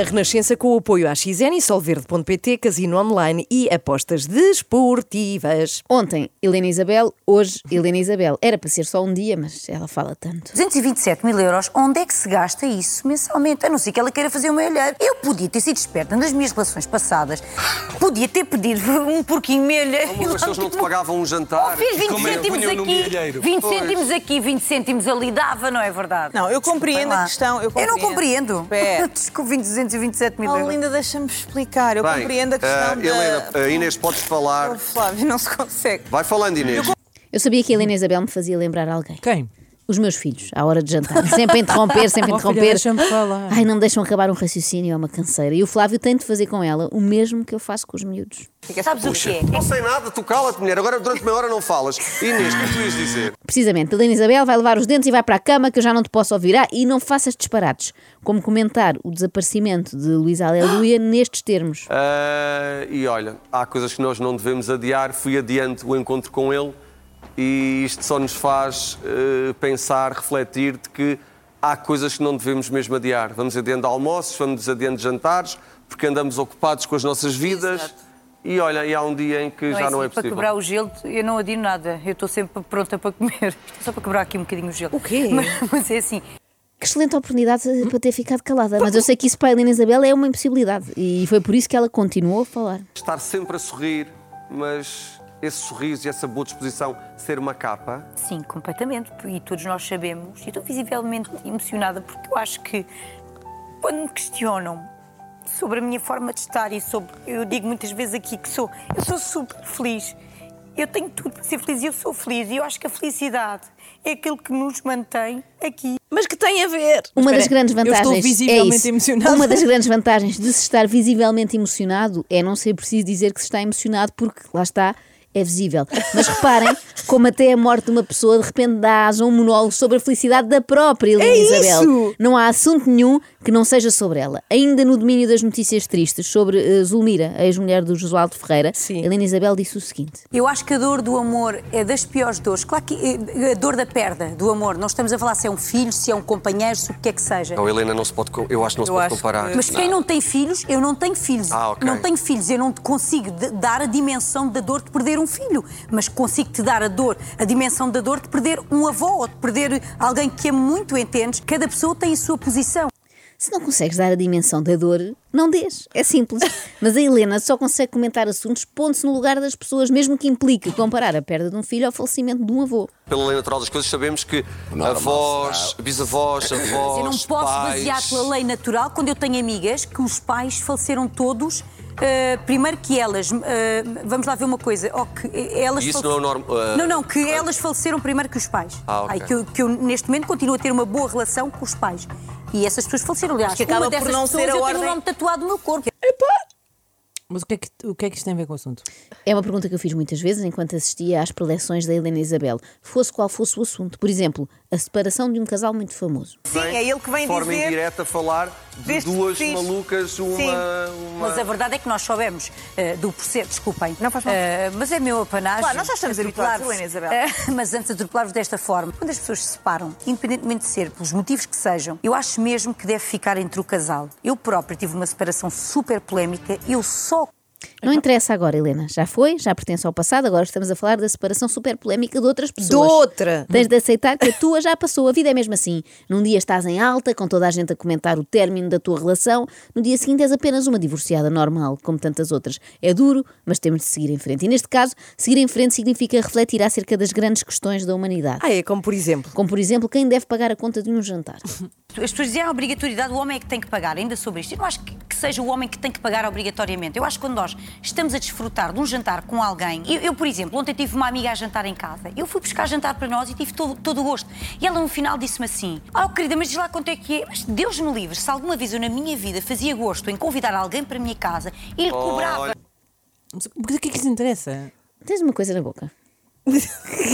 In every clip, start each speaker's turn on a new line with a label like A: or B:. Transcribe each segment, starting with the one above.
A: A Renascença com o apoio à XN, Solverde.pt, Casino Online e apostas desportivas.
B: Ontem, Helena Isabel, hoje, Helena Isabel. Era para ser só um dia, mas ela fala tanto.
C: 227 mil euros, onde é que se gasta isso mensalmente? A não ser que ela queira fazer uma alheira. Eu podia ter sido esperta nas minhas relações passadas. Podia ter pedido um porquinho melha.
D: Como as pessoas não te pagavam um jantar.
C: Oh, fiz 20
D: como é que
C: cêntimos
D: punham no
C: aqui,
D: milheiro?
C: 20
D: Pois.
C: cêntimos aqui, 20 cêntimos ali, dava, não é verdade?
E: Não, eu
C: Vai
E: compreendo
C: lá.
E: a questão. Eu,
C: não compreendo.
E: Pé.
C: Desculpe, 227 mil
E: Oh,
C: euros.
E: Linda, deixa-me explicar. Eu
D: Bem,
E: compreendo a questão
D: ah,
E: da...
D: Helena, ah, Inês, podes falar.
E: Oh, Flávio, não se consegue.
D: Vai falando, Inês.
B: Eu sabia que a Helena Isabel me fazia lembrar alguém.
F: Quem?
B: Os meus filhos, à hora de jantar. Sempre a interromper, sempre a
F: Oh, filha,
B: interromper.
F: deixa-me falar.
B: Ai, não me deixam acabar um raciocínio, é uma canseira. E o Flávio tem de fazer com ela o mesmo que eu faço com os miúdos.
C: Sabes o que é?
D: Não sei nada, tu cala-te, mulher. Agora durante meia hora não falas. Inês, o que é que tu ias dizer?
B: Precisamente, Helena Isabel vai levar os dentes e vai para a cama que eu já não te posso ouvir. Ah, e não faças disparates. Como comentar o desaparecimento de Luísa Aleluia nestes termos.
D: Ah, e olha, há coisas que nós não devemos adiar. Fui adiante o encontro com ele e isto só nos faz eh, pensar, refletir de que há coisas que não devemos mesmo adiar. Vamos adiando almoços, vamos adiando jantares, porque andamos ocupados com as nossas vidas. E olha, e há um dia em que já não
C: assim,
D: é possível.
C: Para quebrar o gelo, eu não adiro nada. Eu estou sempre pronta para comer. Isto é Só para quebrar aqui um bocadinho o gelo.
A: O quê?
C: Mas, mas é assim.
B: Que excelente oportunidade
F: Hum?
B: para ter ficado calada. Mas eu sei que isso para a Helena Isabel é uma impossibilidade. E foi por isso que ela continuou a falar.
D: Estar sempre a sorrir, mas esse sorriso e essa boa disposição ser uma capa.
C: Sim, completamente. E todos nós sabemos. E estou visivelmente emocionada porque eu acho que quando me questionam sobre a minha forma de estar e sobre. Eu digo muitas vezes aqui que sou. Eu sou super feliz. Eu tenho tudo para ser feliz e eu sou feliz. E eu acho que a felicidade é aquilo que nos mantém aqui.
A: Mas que tem a ver?
B: Uma das
F: espera,
B: grandes
F: eu estou
B: vantagens. é
F: visivelmente
B: isso.
F: emocionada.
B: Uma das grandes vantagens de se estar visivelmente emocionado é não ser preciso dizer que se está emocionado, porque lá está. É visível. Mas reparem como até a morte de uma pessoa de repente dá asa a um monólogo sobre a felicidade da própria Helena
F: É
B: Isabel.
A: isso!
B: Não há assunto nenhum que não seja sobre ela. Ainda no domínio das notícias tristes sobre eh, Zulmira, a ex-mulher do Josualdo Ferreira,
A: Sim.
B: Helena Isabel disse o seguinte:
C: Eu acho que a dor do amor é das piores dores. Claro que eh, a dor da perda do amor. Não estamos a falar se é um filho, se é um companheiro, se o que é que seja.
D: Não, Oh, Helena, não se pode. co- Eu acho que não se
E: Eu
D: pode
E: acho
D: comparar.
E: que-
C: Mas quem não tem filhos, eu não tenho filhos.
D: Ah, ok.
C: Não tenho filhos, eu não te consigo de- dar a dimensão da dor de perder um filho, mas consigo te dar a dor, a dimensão da dor de perder um avô ou de perder alguém que amo muito, entendes? Cada pessoa tem a sua posição.
B: Se não consegues dar a dimensão da dor, não dês. É simples. Mas a Helena só consegue comentar assuntos pondo-se no lugar das pessoas, mesmo que implique comparar a perda de um filho ao falecimento de um avô.
D: Pela lei natural das coisas, sabemos que avós, bisavós, avós.
C: Mas eu não posso
D: pais...
C: basear pela lei natural quando eu tenho amigas que os pais faleceram todos. eh, primeiro que elas, eh, vamos lá ver uma coisa, ou que eh, elas
D: E isso
C: falece-
D: não é o norm- eh,
C: Não, não, que elas faleceram primeiro que os pais.
D: Ah, ok.
C: Ai, que, eu, que eu, neste momento continuo a ter uma boa relação com os pais. E essas pessoas faleceram, aliás,
E: que acaba
C: uma
E: por
C: dessas
E: não
C: pessoas
E: ser a
C: eu tenho
E: ordem.
C: o nome tatuado no meu corpo.
F: Mas o que, é que, o que é que isto tem a ver com o assunto?
B: É uma pergunta que eu fiz muitas vezes enquanto assistia às preleções da Helena Isabel, fosse qual fosse o assunto. Por exemplo, a separação de um casal muito famoso.
E: Sim, é ele que
D: de
E: vem
D: forma
E: dizer...
D: indireta falar de
E: deste
D: duas
E: fixe.
D: malucas, uma.
E: Sim.
D: uma-
C: Mas a verdade é que nós soubemos eh, do processo, desculpem.
E: Não faz mal.
C: Eh, mas é meu apanagem.
E: Claro, nós já estamos
C: atropelar-vos.
E: habituados, Helena Isabel.
C: Eh, mas antes de atropelar-vos desta forma, quando as pessoas se separam, independentemente de ser pelos motivos que sejam, eu acho mesmo que deve ficar entre o casal. Eu própria tive uma separação super polémica, eu só
B: Não interessa agora, Helena. Já foi, já pertence ao passado, agora estamos a falar da separação super polémica de outras pessoas.
A: De outra.
B: Tens de aceitar que a tua já passou. A vida é mesmo assim. Num dia estás em alta, com toda a gente a comentar o término da tua relação. No dia seguinte és apenas uma divorciada normal, como tantas outras. É duro, mas temos de seguir em frente. E neste caso, seguir em frente significa refletir acerca das grandes questões da humanidade.
A: Ah, é como por exemplo.
B: Como, por exemplo, quem deve pagar a conta de um jantar.
C: As pessoas dizem a obrigatoriedade, o homem é que tem que pagar, ainda sobre isto. Eu não acho que que seja o homem que tem que pagar obrigatoriamente. Eu acho que quando nós estamos a desfrutar de um jantar com alguém. Eu, eu, por exemplo, ontem tive uma amiga a jantar em casa. Eu fui buscar jantar para nós e tive todo, todo o gosto. E ela no final disse-me assim: Oh, querida, mas diz lá quanto é que é. Mas Deus me livre, se alguma vez eu na minha vida fazia gosto em convidar alguém para a minha casa e lhe cobrava.
D: Olha,
F: Mas O que o que é que isso interessa?
B: Tens uma coisa na boca.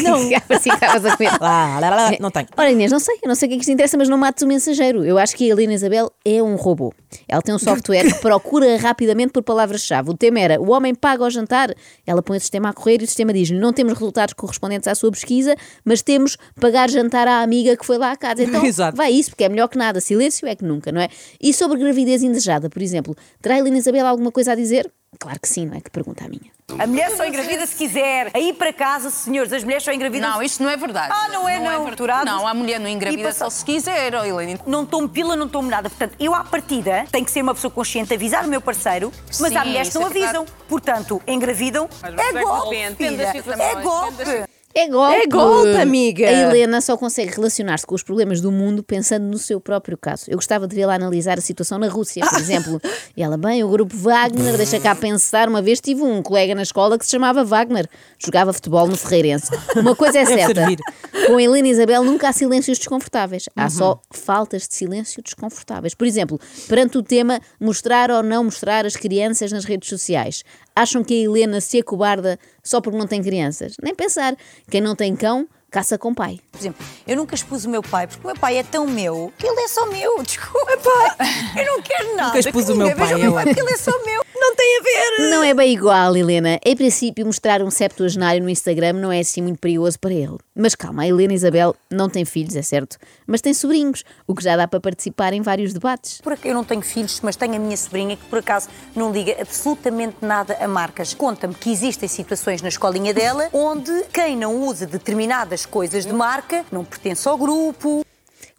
B: Não. Parecia que estavas a comer.
F: Lá, lá, lá, Ah, não tenho.
B: É. Ora, Inês, não sei, eu não sei o que é que isto interessa, mas não mates o mensageiro. Eu acho que a Helena Isabel é um robô. Ela tem um software que procura rapidamente por palavras-chave. O tema era o homem paga ao jantar. Ela põe o sistema a correr e o sistema diz-lhe: não temos resultados correspondentes à sua pesquisa, mas temos pagar jantar à amiga que foi lá à casa. Então,
F: Exato.
B: vai isso, porque é melhor que nada. Silêncio é que nunca, não é? E sobre gravidez indesejada, por exemplo, terá a Helena Isabel alguma coisa a dizer? Claro que sim, não é? Que pergunta a minha.
C: A mulher só engravida se quiser. Aí para casa, senhores, as mulheres só engravidam.
G: Não, isto não é verdade.
C: Ah, não é, não.
G: verdade.
C: Torturados.
G: Não, a mulher não
C: E
G: engravida
C: passa-
G: só se quiser, oh, Helena.
C: Não tomo pila, não tomo nada. Portanto, eu à partida tenho que ser uma pessoa consciente, avisar o meu parceiro, mas
G: Sim,
C: há mulheres que
G: isso
C: não
G: é verdade.
C: avisam. Portanto, engravidam.
G: Mas
C: É
G: depende-
C: golpe,
G: depende das
C: filha.
G: situações,
C: É golpe.
G: depende das-
B: É golpe.
A: É golpe, amiga.
B: A Helena só consegue relacionar-se com os problemas do mundo pensando no seu próprio caso. Eu gostava de vê-la analisar a situação na Rússia, por exemplo. E ela, bem, o grupo Wagner, deixa cá pensar. Uma vez tive um colega na escola que se chamava Wagner. Jogava futebol no Ferreirense. Uma coisa é
F: Deve
B: certa.
F: servir.
B: Com a Helena e Isabel nunca há silêncios desconfortáveis. Há
F: Uhum.
B: só faltas de silêncio desconfortáveis. Por exemplo, perante o tema mostrar ou não mostrar as crianças nas redes sociais. Acham que a Helena se acobarda só porque não tem crianças? Nem pensar. Quem não tem cão, caça com pai.
C: Por exemplo, eu nunca expus o meu pai, porque o meu pai é tão meu que ele é só meu. Desculpa. Eu não quero nada.
F: Nunca expus
C: que
F: o meu
C: ninguém veja
F: pai, é
C: o meu porque ele é só meu.
A: Não tem a ver!
B: Não é bem igual, Helena. Em princípio, mostrar um septuagenário no Instagram não é assim muito perigoso para ele. Mas calma, a Helena Isabel não tem filhos, é certo, mas tem sobrinhos, o que já dá para participar em vários debates.
C: Porque eu não tenho filhos, mas tenho a minha sobrinha que por acaso não liga absolutamente nada a marcas. Conta-me que existem situações na escolinha dela onde quem não usa determinadas coisas de marca não pertence ao grupo.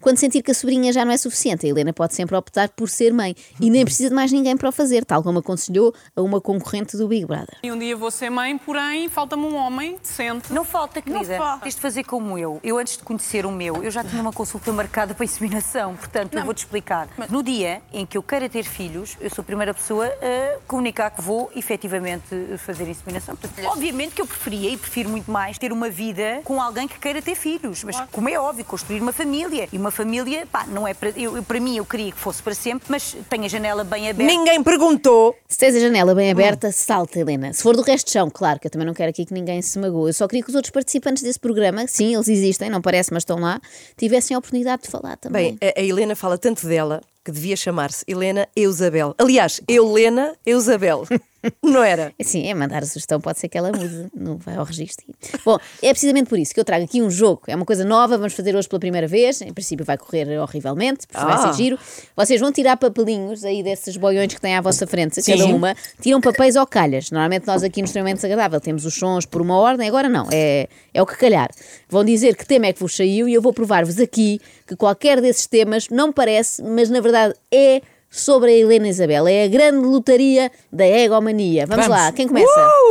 B: Quando sentir que a sobrinha já não é suficiente, a Helena pode sempre optar por ser mãe e nem precisa de mais ninguém para o fazer, tal como aconselhou a uma concorrente do Big Brother.
G: E um dia vou ser mãe, porém, falta-me um homem decente.
C: Não falta, querida.
G: falta.
C: Tens de fazer como eu. Eu, antes de conhecer o meu, eu já tinha uma consulta marcada para inseminação. Portanto, eu vou-te explicar. No dia em que eu queira ter filhos, eu sou a primeira pessoa a comunicar que vou efetivamente fazer inseminação. Portanto, obviamente que eu preferia e prefiro muito mais ter uma vida com alguém que queira ter filhos. Mas, como é óbvio, construir uma família. E uma família, pá, não é para. Eu, eu- para mim, eu queria que fosse para sempre, mas tenho a janela bem aberta.
A: Ninguém perguntou.
B: Se tens a janela bem aberta, salta, Helena. Se for do resto de chão, claro, que eu também não quero aqui que ninguém se magoe. Eu só queria que os outros participantes desse programa, sim, eles existem, não parece, mas estão lá, tivessem a oportunidade de falar também.
F: Hum.
A: Bem, a, a Helena fala tanto dela que devia chamar-se Helena Eusabel. Aliás, Helena Eusabel. Não era?
B: Sim, é mandar a sugestão, pode ser que ela mude, não vai ao registro. Bom, é precisamente por isso que eu trago aqui um jogo. É uma coisa nova, vamos fazer hoje pela primeira vez. Em princípio vai correr horrivelmente, porque vai
A: Ah.
B: ser giro. Vocês vão tirar papelinhos aí desses boiões que têm à vossa frente, cada uma. Tiram papéis ou calhas. Normalmente nós aqui no Extremamente Desagradável temos os sons por uma ordem, agora não, é, é o que calhar. Vão dizer que tema é que vos saiu e eu vou provar-vos aqui que qualquer desses temas não parece, mas na verdade é... Sobre a Helena Isabel. É a grande lotaria da egomania. Vamos,
F: Vamos.
B: lá, quem começa?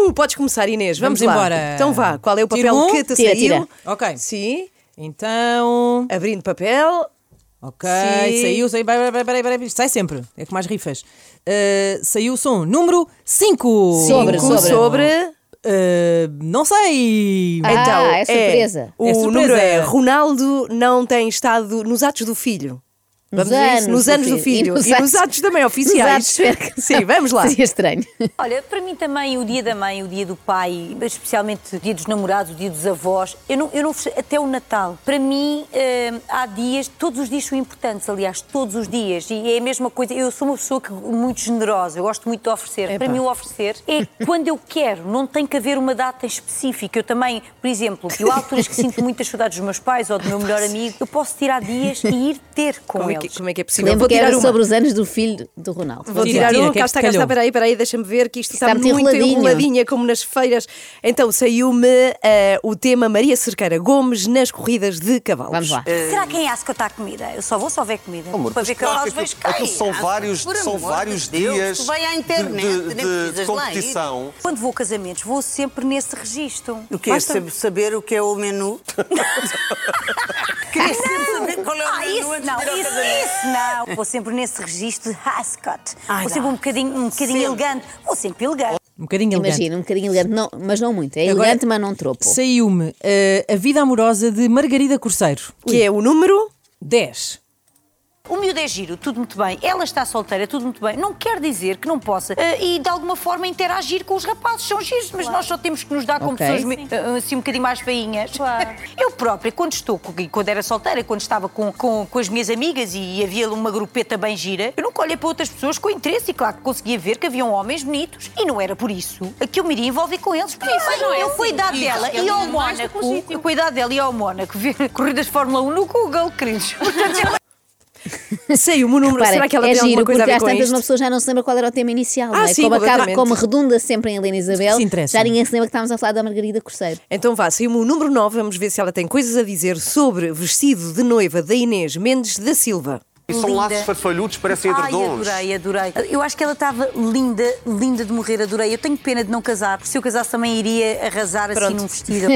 A: Uh, podes começar, Inês. Vamos,
F: Vamos
A: lá.
F: embora.
A: Então vá, qual é o
F: Tiro
A: papel
F: um?
A: que te
B: Tira,
A: saiu?
B: tira.
F: Ok.
A: Sim.
F: Então.
A: Abrindo papel.
F: Ok,
A: Sim.
F: saiu, saiu. Peraí, peraí, peraí, peraí. Sai sempre. É com mais rifas. Ah, saiu o som número 5.
B: Sobre,
A: Cinco
B: sobre.
A: sobre.
F: eh, não sei.
B: Ah, é surpresa.
A: então, O
F: É surpresa.
A: número é Ronaldo não tem estado nos atos do filho.
B: Nos
A: vamos a isso?
B: anos
A: nos
B: do
A: anos do
B: filho. E
A: filho.
B: nos
A: E nos,
B: atos-
A: atos também
B: Exato,
A: oficiais.
B: espero que
A: Sim,
B: não.
A: vamos lá. é
B: Seria estranho.
C: Olha, para mim também o dia da mãe, o dia do pai, mas especialmente o dia dos namorados, o dia dos avós, eu não, eu não fech- até o Natal. Para mim, hum, há dias, todos os dias são importantes, aliás, todos os dias. E é a mesma coisa, eu sou uma pessoa que, muito generosa, eu gosto muito de oferecer. Para mim, o oferecer é quando eu quero, não tem que haver uma data específica. Eu também, por exemplo, eu há alturas que sinto muitas saudades dos meus pais ou do meu melhor amigo, eu posso tirar dias e ir ter com
A: Como é, que,
C: eles.
A: como é que é possível?
B: Lembro
A: Vou
B: que
A: tirar
B: era
A: uma.
B: sobre os anos do filho do Ronaldo.
A: Vou
F: Tira,
A: tirar
F: tira,
A: um,
F: que é
A: cá
F: que
A: está,
F: te
A: cá está,
F: calhou.
A: peraí, peraí, deixa-me ver que isto está,
B: Está muito
A: muito
B: enroladinho.
A: enroladinha, como nas feiras. Então, saiu-me eh, o tema Maria Cerqueira Gomes nas corridas de cavalos.
B: Vamos lá.
C: Será quem acha que eu está a comida? Eu só vou só ver comida.
D: Amor,
C: para
D: mas
C: ver que
D: claro é
C: eu
D: que aquilo- aquilo são vários, são vários dias de, de- de competição.
C: Quando vou a casamentos, vou sempre nesse registro.
H: O que é saber, saber o que é o menu? Queria sempre saber qual é o
C: Ah,
H: menu
C: isso
H: antes
C: não,
H: de ir ao
C: isso,
H: casamento.
C: isso não. Vou sempre nesse registro de Ascot.
H: Ai,
C: Vou sempre
H: dá.
C: um bocadinho, um bocadinho
H: Sempre.
C: elegante. Vou sempre elegante.
F: Um bocadinho elegante.
B: Imagina, um bocadinho elegante, não, mas não muito. É
F: Agora-
B: elegante, mas não tropo.
F: Saiu-me eh, ah, A Vida Amorosa de Margarida Corseiro.
A: Que é o número
F: 10.
C: O miúdo é giro, tudo muito bem. Ela está solteira, tudo muito bem. Não quer dizer que não possa eh, e de alguma forma interagir com os rapazes. São giros, mas nós só temos que nos dar como
B: Ok.
C: pessoas me- eh, assim um bocadinho mais feinhas. Eu própria, quando estou, co- e quando era solteira, quando estava com, com, com as minhas amigas e havia uma grupeta bem gira, eu nunca olhei para outras pessoas com interesse e claro que conseguia ver que haviam homens bonitos e não era por isso que eu me iria envolver com eles. Por isso,
G: mas não é
C: eu
G: assim.
C: com a idade
G: Isso,
C: dela
G: ele
C: e ao
G: não mais do que
C: Mónaco,
G: um sítio.
C: eu com a idade dela e ao Mónaco, ver corridas de Fórmula 1 no Google, queridos.
A: Saiu-me o número,
B: Repara,
A: será que ela
B: é
A: tem
B: giro,
A: alguma coisa a
B: porque
A: ver
B: às
A: com
B: tantas
A: isto?
B: uma pessoa já não se lembra qual era o tema inicial.
A: Ah,
B: não é?
A: sim,
B: como, acaba,
A: completamente.
B: como redunda sempre em Helena Isabel,
F: Se interessa.
B: já ninguém se lembra que estávamos a falar da Margarida Corseiro.
A: Então vá, saiu-me o número 9, vamos ver se ela tem coisas a dizer sobre vestido de noiva da Inês Mendes da Silva.
D: E são
C: Linda.
D: laços farfalhudos, parecem edredons.
C: Ai, adorei, adorei. Eu acho que ela estava linda, linda de morrer, adorei. Eu tenho pena de não casar, porque se eu casasse também iria arrasar assim
A: Pronto.
C: num vestido.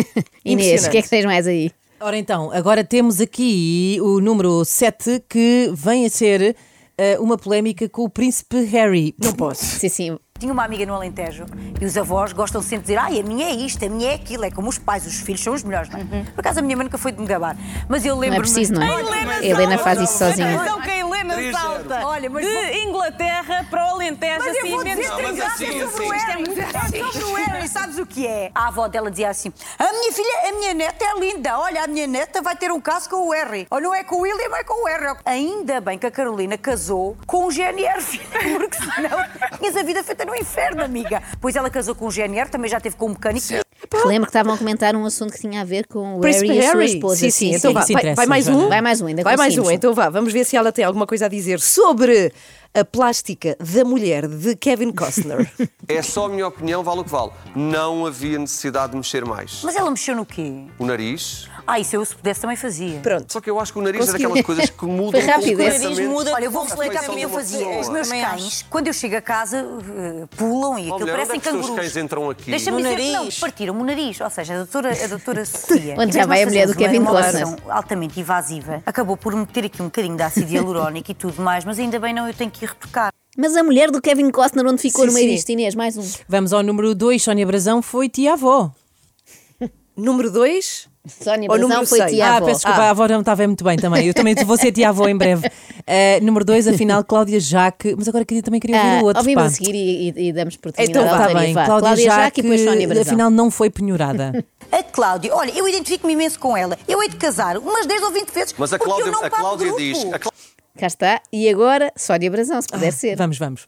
B: Inês, o que é que tens mais aí?
F: Ora então, agora temos aqui o número 7 que vem a ser eh, uma polémica com o príncipe Harry. Não posso.
B: Sim, é sim.
C: Tinha uma amiga no Alentejo e os avós gostam sempre de dizer: ai, a minha é isto, a minha é aquilo, é como os pais, os filhos são os melhores, não é? Por acaso a minha mãe nunca foi de me gabar, mas eu
B: Uhum. Não é
C: lembro-me.
B: preciso, não é?
C: Ai, Helena,
B: A Helena faz isso sozinha.
G: Atenção que a Helena salta
C: Olha, mas
G: de
C: vou-
G: Inglaterra para o Alentejo,
C: Mas
G: assim,
C: eu vou
G: menos
C: dizer três
G: trinta.
C: assim,
G: Isto
C: sobre
G: é
C: o Harry.
G: muito
C: É sobre o Harry, sabes o que é? A avó dela dizia assim: a minha filha, a minha neta é linda. Olha, a minha neta vai ter um caso com o Harry. Ou não é com o William, é com o Harry. Ainda bem que a Carolina casou com um o GNR, filho, porque senão tinhas a vida feita no inferno, amiga. Pois ela casou com o GNR, também já teve com um mecânico.
B: Lembro que estavam a comentar um assunto que tinha a ver com o
A: Príncipe
B: Harry e a sua
A: Harry.
B: esposa.
A: Sim, sim, então vá,
F: Isso
A: vai,
F: interessa,
A: vai mais
F: Joana.
A: um.
B: Vai mais um, ainda
A: Vai mais um,
B: conseguimos.
A: então vá, vamos ver se ela tem alguma coisa a dizer sobre a plástica da mulher de Kevin Costner.
D: É só a minha opinião, vale o que vale. Não havia necessidade de mexer mais.
C: Mas ela mexeu no quê?
D: O nariz.
C: Ah, isso eu se pudesse também fazia.
A: Pronto.
D: Só que eu acho que o nariz
A: Conseguiu.
D: é daquelas coisas que mudam
B: rápido,
D: completamente.
B: esse. O
C: Olha, eu vou
D: a
C: explicar
D: feição
C: como
D: de
C: eu
D: uma
C: fazia.
D: pessoa.
C: Os meus
G: Também
C: cães, quando eu chego a casa, eh, pulam e aquilo
D: Oh, mulher, onde
C: parecem
D: é que os teus
C: cangurus.
D: cães entram aqui?
C: Deixa-me
H: No
C: dizer que não,
H: nariz.
C: partiram-me o nariz. Ou seja, a doutora, a doutora Sofia.
B: Onde
C: em
B: já
C: vez de
B: vai
C: nós
B: a mulher do
C: fazermos
B: Kevin
C: uma- uma
B: Costner.
C: operação altamente invasiva, acabou por meter aqui um bocadinho de ácido hialurónico e tudo mais, mas ainda bem não, eu tenho que ir retocar.
B: Mas a mulher do Kevin Costner, onde ficou
F: Sim,
B: no meio
F: sim.
B: disto, Inês, mais um.
F: Vamos ao número 2, Sónia Brazão foi tia-avó.
A: Número 2,
B: Sónia
A: Ou
B: Brazão
A: número
B: foi
A: seis.
B: tia
F: ah,
B: avó.
F: peço desculpa, a avó não estava muito bem também. Eu também vou ser tia-avó em breve. Eh, número 2, afinal, Cláudia Jaque. Mas agora queria, também queria ouvir
B: Ah,
F: o outro.
B: ouvimos
F: pá.
B: a seguir e, e- e damos por terminada
F: Então
B: a
F: está
B: Tânia
F: bem.
B: Vá.
F: Cláudia, Jaque,
B: e depois Sónia Brazão.
F: afinal não foi penhorada.
C: A Cláudia, olha, eu identifico-me imenso com ela. Eu hei de casar umas 10 ou 20 vezes.
D: Mas a
C: porque eu
D: Cláudia,
C: não
D: a
C: pago
D: Cláudia
C: grupo.
D: diz. A Clá-
B: Cá está. E agora, Sónia Brazão, se puder ser.
F: Ah, vamos, vamos.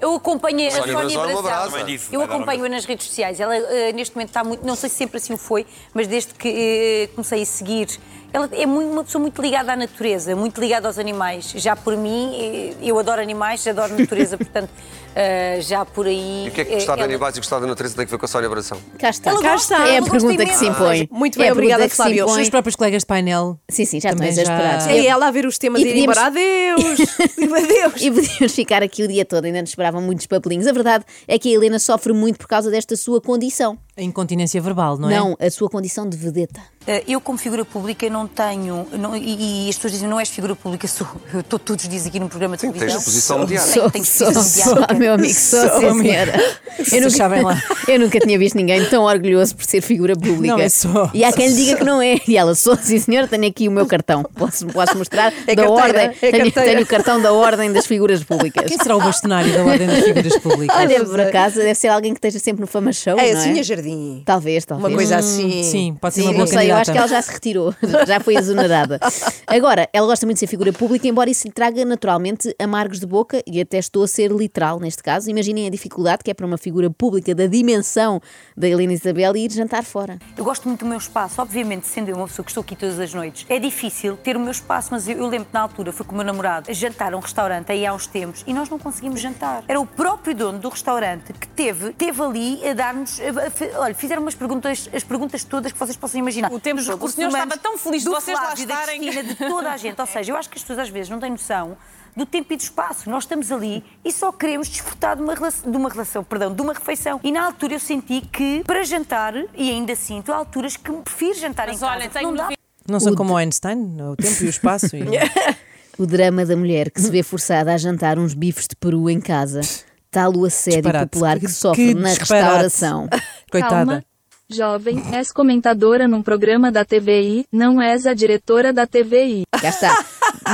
C: Eu acompanhei a
D: Sónia
C: Sónia
D: Brazão é uma
C: Brazão.
D: brasa. Também um
C: Eu acompanho-a nas redes sociais. Ela eh, neste momento está muito, não sei se sempre assim o foi, mas desde que eh, comecei a seguir, ela é muito- uma pessoa muito ligada à natureza, muito ligada aos animais. Já por mim, eh, eu adoro animais, adoro natureza, portanto, eh, já por aí.
D: E o que é que
C: eh,
D: gostar de
C: ela-
D: animais e gostar da natureza tem que ver com a Sónia Abração?
B: Cá está.
C: Ela
A: Cá está.
B: É a
A: Ela
C: gosta
B: pergunta que se
C: imenso.
B: impõe.
A: Muito
B: é
A: bem,
B: a pergunda
A: obrigada,
B: que se
A: Fábio.
F: Os
B: impõe.
F: meus próprios colegas de painel.
B: Sim, sim, já estão
F: Também já-
B: exasperados.
A: é ela a ver os temas
B: Ah, E
A: e ir embora. Adeus! Adeus!
B: E podíamos ficar aqui o dia todo, ainda nos esperavam muitos papelinhos. A verdade é que a Helena sofre muito por causa desta sua condição.
F: A incontinência verbal, não é?
B: Não, a sua condição de vedeta.
C: Eh, Eu, como figura pública, não tenho. não- e, e as pessoas dizem, não és figura pública, sou. Eu estou todos os dias aqui num programa de
D: Sim,
C: televisão.
D: tens exposição mediática.
C: Tenho- tenho
B: sou,
C: exposição
B: sou,
C: mediática.
B: meu amigo, sou,
F: Sou,
B: sim,
F: amigo.
B: senhora.
F: Vocês sabem lá.
B: eu nunca tinha visto ninguém tão orgulhoso por ser figura pública.
F: Não, é só-
B: E há quem lhe diga que não é. E ela, sou, sim, senhora, tenho aqui o meu cartão. Posso, posso mostrar?
A: É
B: da
A: carteira,
B: ordem.
A: é
B: tenho,
A: carteira.
B: tenho o cartão da ordem das figuras públicas.
F: Quem será o bastonário da Ordem das Figuras Públicas?
B: Olha, por acaso, deve ser alguém que esteja sempre no Fama Show,
A: É
B: não
A: a
B: é?
A: Sinha Jardim.
B: Talvez, talvez.
A: Uma coisa assim.
F: sim, pode ser uma
B: Sim,
F: boa
B: não sei, eu acho
F: candidata.
B: que ela já se retirou, já foi exonerada. Agora, ela gosta muito de ser figura pública, embora isso lhe traga naturalmente amargos de boca, e até estou a ser literal neste caso. Imaginem a dificuldade que é para uma figura pública da dimensão da Helena Isabel ir jantar fora.
C: Eu gosto muito do meu espaço, obviamente, sendo eu uma pessoa que estou aqui todas as noites. É difícil ter o meu espaço, mas eu, eu lembro que na altura fui com o meu namorado a jantar a um restaurante aí há uns tempos e nós não conseguimos jantar. Era o próprio dono do restaurante que teve, teve ali a dar-nos. a- a fe- Olha, fizeram umas perguntas, as perguntas todas que vocês possam imaginar.
G: O tempo-
C: Dos
G: o
C: recursos
G: senhor
C: humanos,
G: estava tão feliz de
C: do
G: vocês lá
C: Flávio, da
G: estarem.
C: Cristina, de toda a gente. Ou seja, eu acho que as pessoas às vezes não têm noção do tempo e do espaço. Nós estamos ali e só queremos desfrutar de uma, relação, de uma relação, perdão, de uma refeição. E na altura eu senti que para jantar, e ainda sinto, há alturas que prefiro jantar em
G: Mas
C: casa.
G: olha,
C: porque
G: tenho um
C: não dá
G: novi-
F: Não são como o Einstein, o tempo e o espaço. e-
B: O drama da mulher que se vê forçada a jantar uns bifes de peru em casa, tal o assédio
F: Disparate.
B: popular que sofre na
F: disparate.
B: restauração.
F: Coitada.
I: Calma. Jovem, és comentadora num programa da TVI, não és a diretora da TVI.
B: Cá está.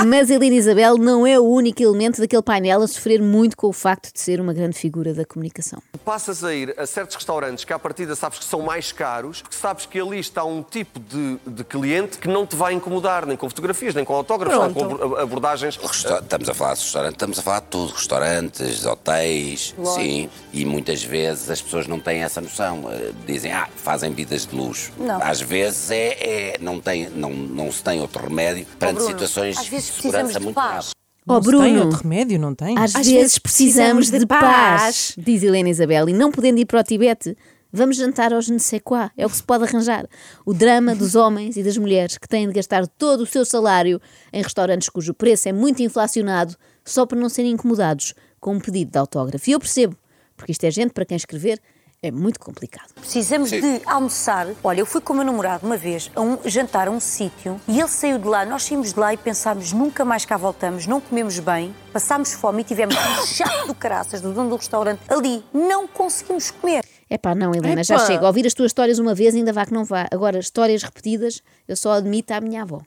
B: Mas Helena Isabel não é o único elemento daquele painel a sofrer muito com o facto de ser uma grande figura da comunicação.
D: Passas a ir a certos restaurantes que, à partida, sabes que são mais caros, porque sabes que ali está um tipo de, de cliente que não te vai incomodar, nem com fotografias, nem com autógrafos, nem com abor- abordagens.
I: Resta- Estamos a falar de restaurantes, estamos a falar de tudo, restaurantes, hotéis, sim. E muitas vezes as pessoas não têm essa noção. eh, Dizem, ah, fazem vidas de luxo.
C: Não.
I: Às vezes é, é- não, tem, não, não se tem outro remédio perante
C: Bruno,
I: situações
C: às vezes
I: de
C: precisamos
I: segurança é
C: de
I: muito
C: paz.
I: graves.
B: Ó
F: Não se
B: Oh, Bruno,
F: Tem outro remédio, não tem?
B: Às,
A: Às
B: vezes,
A: vezes
B: precisamos,
A: precisamos
B: de,
A: de
B: paz,
A: paz.
B: diz Helena Isabel, e não podendo ir para o Tibete, vamos jantar aos quoi é o que se pode arranjar. O drama dos homens e das mulheres que têm de gastar todo o seu salário em restaurantes cujo preço é muito inflacionado só para não serem incomodados com um pedido de autógrafo. E eu percebo, porque isto é gente para quem escrever é muito complicado.
C: Precisamos de almoçar. Olha, eu fui com o meu namorado uma vez a um jantar a um sítio e ele saiu de lá, nós saímos de lá e pensámos nunca mais cá voltamos, não comemos bem, passámos fome e tivemos um chato do caraças do dono do restaurante ali. Não conseguimos comer.
B: É pá, não, Helena, já
A: Epá.
B: chega. Ouvir as tuas histórias uma vez ainda vá que não vá. Agora, histórias repetidas, eu só admito à minha avó.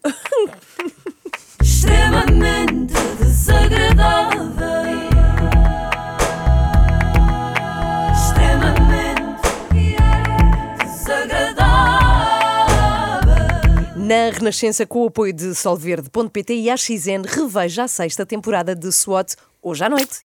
J: extremamente desagradável, extremamente desagradável.
A: Na Renascença, com o apoio de Solverde.pt e AXN, reveja a sexta temporada de SWAT hoje à noite.